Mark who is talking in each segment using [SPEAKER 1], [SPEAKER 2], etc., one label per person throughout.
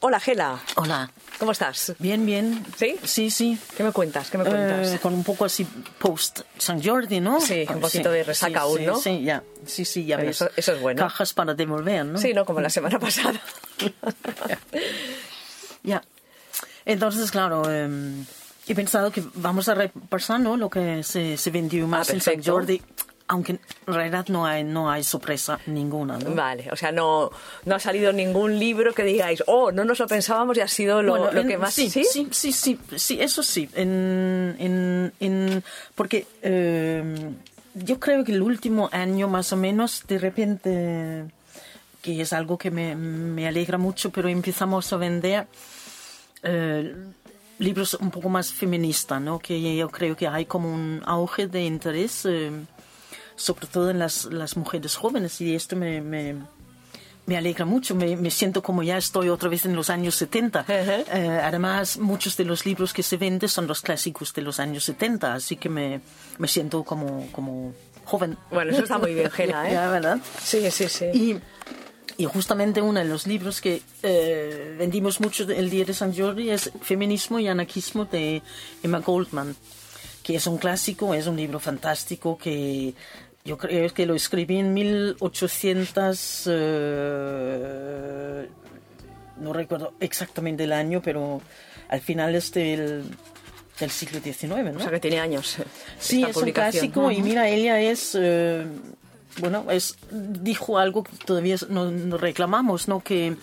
[SPEAKER 1] Hola, Gela.
[SPEAKER 2] Hola.
[SPEAKER 1] ¿Cómo estás?
[SPEAKER 2] Bien, bien.
[SPEAKER 1] ¿Sí?
[SPEAKER 2] Sí, sí.
[SPEAKER 1] ¿Qué me cuentas? ¿Qué me cuentas?
[SPEAKER 2] Eh, con un poco así post San Jordi, ¿no?
[SPEAKER 1] Sí, un
[SPEAKER 2] Ah,
[SPEAKER 1] poquito de resaca
[SPEAKER 2] sí,
[SPEAKER 1] aún,
[SPEAKER 2] sí,
[SPEAKER 1] ¿no?
[SPEAKER 2] Sí, ya. Sí, sí, ya
[SPEAKER 1] Bueno,
[SPEAKER 2] ves.
[SPEAKER 1] eso- eso es bueno.
[SPEAKER 2] Cajas para devolver, ¿no?
[SPEAKER 1] Sí, no como la semana pasada.
[SPEAKER 2] Ya. Entonces, claro, eh, he pensado que vamos a repasar ¿no? lo que se, se vendió más en San
[SPEAKER 1] Ah, perfecto.
[SPEAKER 2] Jordi, aunque en realidad no hay, no hay sorpresa ninguna, ¿no?
[SPEAKER 1] Vale, o sea, no, no ha salido ningún libro que digáis, oh, no nos lo pensábamos y ha sido lo,
[SPEAKER 2] Bueno,
[SPEAKER 1] lo
[SPEAKER 2] en-
[SPEAKER 1] que más...
[SPEAKER 2] sí, sí, sí, sí, sí, eso sí. En, en, en, porque eh, yo creo que el último año más o menos, de repente, que es algo que me, me alegra mucho, pero empezamos a vender eh, libros un poco más feministas, ¿no? que yo creo que hay como un auge de interés, eh, sobre todo en las, las mujeres jóvenes, y esto me... me me alegra mucho, me, me siento como ya estoy otra vez en los años 70. Eh, además, muchos de los libros que se venden son los clásicos de los años 70, así que me, me siento como, como joven.
[SPEAKER 1] Bueno, eso está muy bien, Gela, ¿eh?
[SPEAKER 2] Ya, ¿verdad?
[SPEAKER 1] Sí, sí, sí.
[SPEAKER 2] Y, y justamente uno de los libros que eh, vendimos mucho el día de San Jordi es Feminismo y Anarquismo de Emma Goldman, que es un clásico, es un libro fantástico que yo creo que lo escribí en 1800. eh, no recuerdo exactamente el año, pero al final es del, del siglo XIX, ¿no?
[SPEAKER 1] O sea, que tiene años. eh,
[SPEAKER 2] Sí,
[SPEAKER 1] esta
[SPEAKER 2] es un
[SPEAKER 1] publicación.
[SPEAKER 2] clásico y mira, ella es, eh, bueno, es, dijo algo que todavía es- no, no reclamamos, ¿no? Que,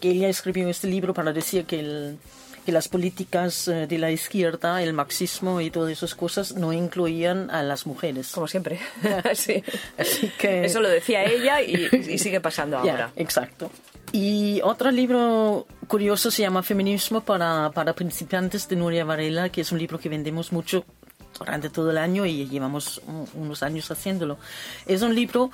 [SPEAKER 2] que ella escribió este libro para decir que, el- que las políticas eh, de la izquierda, el marxismo y todas esas cosas no incluían a las mujeres.
[SPEAKER 1] Como siempre. sí.
[SPEAKER 2] Así que-
[SPEAKER 1] Eso lo decía ella y, y sigue pasando
[SPEAKER 2] Ya,
[SPEAKER 1] ahora.
[SPEAKER 2] exacto. Y otro libro curioso se llama Feminismo para, para principiantes de Nuria Varela, que es un libro que vendemos mucho durante todo el año y llevamos un- unos años haciéndolo. Es un libro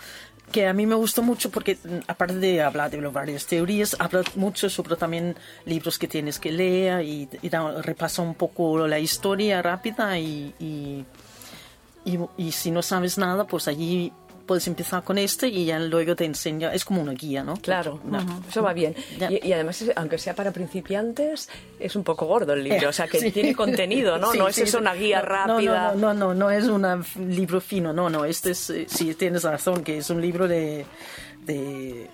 [SPEAKER 2] que a mí me gustó mucho porque mm, aparte de hablar de varias teorías, habla mucho sobre también libros que tienes que leer y, y da- repasa un poco la historia rápida y- y y, y si no sabes nada, pues allí puedes empezar con este y ya luego te enseña. Es como una guía, ¿no?
[SPEAKER 1] Claro,
[SPEAKER 2] Una-
[SPEAKER 1] eso va bien.
[SPEAKER 2] Ya.
[SPEAKER 1] Y, y además, es- aunque sea para principiantes, es un poco gordo el libro,
[SPEAKER 2] Eh,
[SPEAKER 1] o sea que
[SPEAKER 2] sí.
[SPEAKER 1] tiene contenido, ¿no?
[SPEAKER 2] Sí,
[SPEAKER 1] no es
[SPEAKER 2] sí,
[SPEAKER 1] eso
[SPEAKER 2] sí.
[SPEAKER 1] una guía
[SPEAKER 2] No,
[SPEAKER 1] rápida.
[SPEAKER 2] No, no, no, no, no es un libro fino, no, no. Este es, eh, sí, tienes razón, que es un libro de. de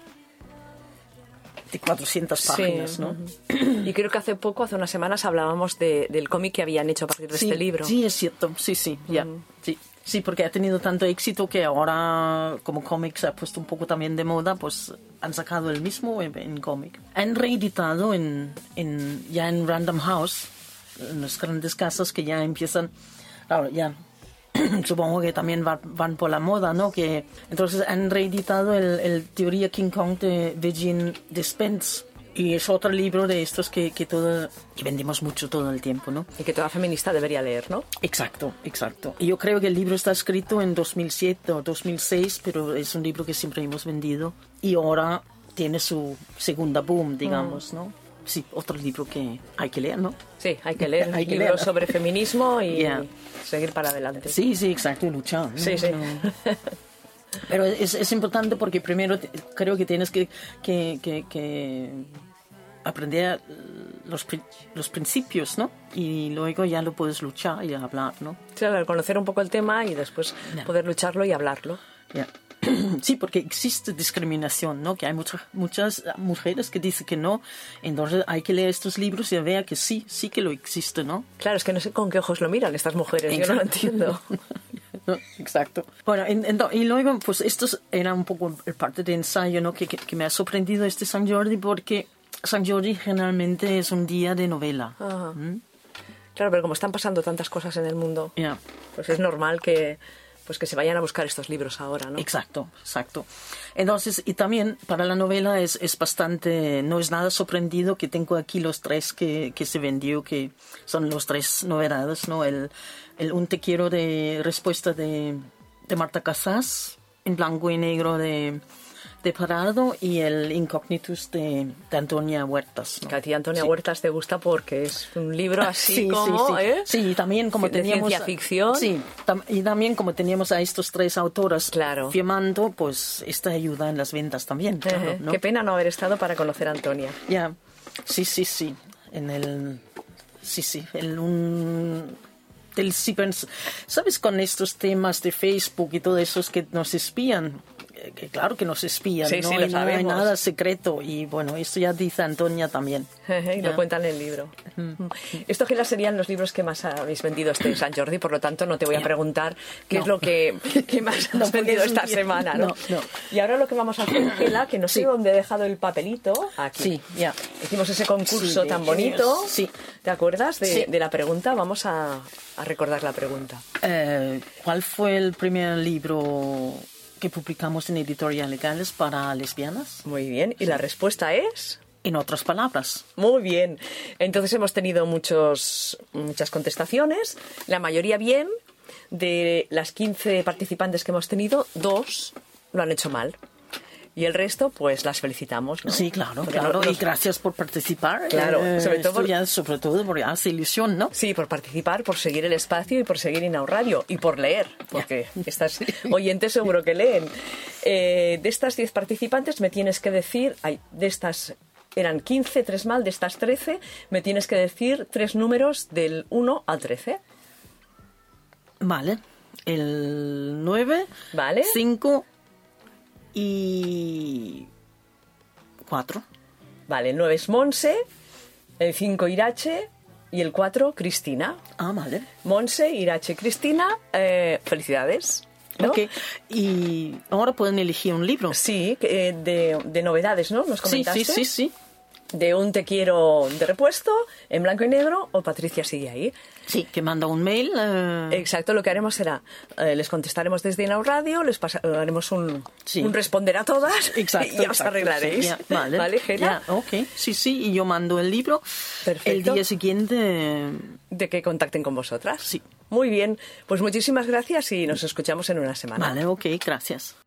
[SPEAKER 2] de 400
[SPEAKER 1] Sí,
[SPEAKER 2] páginas, ¿no?
[SPEAKER 1] ujú. Y creo que hace poco, hace unas semanas, hablábamos de- del cómic que habían hecho a partir de
[SPEAKER 2] sí,
[SPEAKER 1] este libro. Mm.
[SPEAKER 2] Sí, es cierto, sí, sí, ya. sí. Sí, porque ha tenido tanto éxito que ahora, como cómic se ha puesto un poco también de moda, pues han sacado el mismo en, en cómic. Han reeditado en, en, ya en Random House, en las grandes casas que ya empiezan, claro, ya supongo que también va- van por la moda, ¿no? Que, entonces han reeditado el, el Teoría King Kong de Virgin Despens. Y es otro libro de estos que, que, todo, que vendemos mucho todo el tiempo, ¿no?
[SPEAKER 1] Y que toda feminista debería leer, ¿no?
[SPEAKER 2] Exacto, exacto. Y Yo creo que el libro está escrito en 2007 o 2006, pero es un libro que siempre hemos vendido y ahora tiene su segunda boom,
[SPEAKER 1] Mm.
[SPEAKER 2] digamos, ¿no? Sí, otro libro que hay que leer, ¿no?
[SPEAKER 1] Sí, hay que leer
[SPEAKER 2] Hay que
[SPEAKER 1] libros
[SPEAKER 2] leer.
[SPEAKER 1] sobre feminismo y
[SPEAKER 2] Ya.
[SPEAKER 1] seguir para adelante.
[SPEAKER 2] Sí, sí, exacto, y luchar. ¿no?
[SPEAKER 1] sí. sí.
[SPEAKER 2] No. Pero es, es importante porque primero te- creo que tienes que, que, que- que aprender los, pri- los principios, ¿no? Y luego ya lo puedes luchar y hablar, ¿no?
[SPEAKER 1] Claro, conocer un poco el tema y después poder lucharlo y hablarlo.
[SPEAKER 2] Ya. Sí, porque existe discriminación, ¿no? Que hay muchas muchas mujeres que dicen que no. Entonces hay que leer estos libros y ver que sí, sí que lo existe, ¿no?
[SPEAKER 1] Claro, es que no sé con qué ojos lo miran estas mujeres, yo no lo entiendo.
[SPEAKER 2] No, Exacto. Bueno, en- ento- y luego, pues esto era un poco el parte de ensayo, ¿no? Que, que- que me ha sorprendido este San Jordi porque San Jordi generalmente es un día de novela.
[SPEAKER 1] Ajá. Ah.
[SPEAKER 2] Mm.
[SPEAKER 1] Claro, pero como están pasando tantas cosas en el mundo,
[SPEAKER 2] Ya.
[SPEAKER 1] pues es normal que, pues que se vayan a buscar estos libros ahora, ¿no?
[SPEAKER 2] Exacto, exacto. Entonces, y también para la novela es, es bastante, no es nada sorprendido que tengo aquí los tres que, que se vendió, que son los tres novedades, ¿no? El, el Un Te Quiero de respuesta de, de Marta Casas, en blanco y negro de, de Parado, y el Incognitus de, de Antonia Huertas. ¿no?
[SPEAKER 1] Que a ti, Antonia Huertas, te gusta porque es un libro así
[SPEAKER 2] sí,
[SPEAKER 1] como...
[SPEAKER 2] sí, sí.
[SPEAKER 1] ¿eh?
[SPEAKER 2] Sí, y también como
[SPEAKER 1] De
[SPEAKER 2] teníamos
[SPEAKER 1] ciencia ficción.
[SPEAKER 2] Sí, tam- y también como teníamos a estos tres autoras
[SPEAKER 1] Claro.
[SPEAKER 2] firmando, pues esta ayuda en las ventas también. claro,
[SPEAKER 1] Ajá.
[SPEAKER 2] ¿no?
[SPEAKER 1] Qué pena no haber estado para conocer a Antonia.
[SPEAKER 2] Ya. Sí, sí, sí. En el. Sí, sí. En un. Del sí pens- ¿Sabes con estos temas de Facebook y todo eso es que nos espían? Eh, que claro que nos espían,
[SPEAKER 1] Sí,
[SPEAKER 2] ¿no?
[SPEAKER 1] sí,
[SPEAKER 2] hay,
[SPEAKER 1] lo
[SPEAKER 2] no hay
[SPEAKER 1] sabemos.
[SPEAKER 2] nada secreto. Y bueno, esto ya dice Antonia también.
[SPEAKER 1] Y lo
[SPEAKER 2] Ya.
[SPEAKER 1] cuentan en el libro. Estos que serían los libros que más habéis vendido este San Jordi, por lo tanto no te voy a preguntar qué es
[SPEAKER 2] No.
[SPEAKER 1] lo que, qué más
[SPEAKER 2] No,
[SPEAKER 1] has vendido
[SPEAKER 2] porque es un
[SPEAKER 1] esta
[SPEAKER 2] día-
[SPEAKER 1] semana. ¿no?
[SPEAKER 2] no, no.
[SPEAKER 1] Y ahora lo que vamos a hacer, Gela, que no sé
[SPEAKER 2] Sí.
[SPEAKER 1] dónde he dejado el papelito, aquí.
[SPEAKER 2] Sí, ya.
[SPEAKER 1] Hicimos ese concurso
[SPEAKER 2] Sí,
[SPEAKER 1] tan
[SPEAKER 2] de
[SPEAKER 1] bonito.
[SPEAKER 2] genios. Sí.
[SPEAKER 1] ¿Te acuerdas de,
[SPEAKER 2] Sí.
[SPEAKER 1] de la pregunta? Vamos a, a recordar la pregunta.
[SPEAKER 2] Eh, ¿Cuál fue el primer libro que publicamos en Editorial Legales para lesbianas?
[SPEAKER 1] Muy bien. Y la respuesta es...
[SPEAKER 2] En otras palabras.
[SPEAKER 1] Muy bien. Entonces hemos tenido muchos, muchas contestaciones, la mayoría bien. De las 15 participantes que hemos tenido, dos lo han hecho mal. Y el resto, pues las felicitamos. ¿no?
[SPEAKER 2] Sí, claro,
[SPEAKER 1] Porque
[SPEAKER 2] claro.
[SPEAKER 1] no-
[SPEAKER 2] Y
[SPEAKER 1] nos-
[SPEAKER 2] gracias por participar.
[SPEAKER 1] Claro, sobre
[SPEAKER 2] sobre,
[SPEAKER 1] todo
[SPEAKER 2] todo,
[SPEAKER 1] por-
[SPEAKER 2] sobre todo porque hace ilusión, ¿no?
[SPEAKER 1] Sí, por participar, por seguir el espacio y por seguir Inau Radio y por leer, porque estas oyentes seguro que leen. Eh, de estas 10 participantes me tienes que decir, ay, de estas eran 15, 3 mal, de estas 13 me tienes que decir tres números del 1 al 13.
[SPEAKER 2] Vale. El 9,
[SPEAKER 1] Vale.
[SPEAKER 2] 5 y 4.
[SPEAKER 1] Vale, el 9 es Monse, el 5 Irache y el 4 Cristina.
[SPEAKER 2] Ah, vale.
[SPEAKER 1] Monse, Irache, Cristina, eh, felicidades. ¿no?
[SPEAKER 2] Ok. Y ahora pueden elegir un libro.
[SPEAKER 1] Sí, que, eh, de, de novedades, ¿no? Nos
[SPEAKER 2] Sí,
[SPEAKER 1] comentaste.
[SPEAKER 2] sí, sí, sí.
[SPEAKER 1] de un te quiero de repuesto en blanco y negro o Patricia sigue ahí.
[SPEAKER 2] Sí, que manda un mail. eh,
[SPEAKER 1] Exacto, lo que haremos será, eh, les contestaremos desde Inau Radio, les pasa- eh, haremos un,
[SPEAKER 2] Sí.
[SPEAKER 1] un responder a todas
[SPEAKER 2] Exacto.
[SPEAKER 1] y ya os
[SPEAKER 2] exacto,
[SPEAKER 1] arreglaréis.
[SPEAKER 2] sí, ya, vale,
[SPEAKER 1] Gela?
[SPEAKER 2] ya, ok, sí, sí, y yo mando el libro. El
[SPEAKER 1] Perfecto.
[SPEAKER 2] día siguiente,
[SPEAKER 1] De que contacten con vosotras.
[SPEAKER 2] Sí.
[SPEAKER 1] Muy bien, pues muchísimas gracias y nos escuchamos en una semana.
[SPEAKER 2] vale, ok, gracias.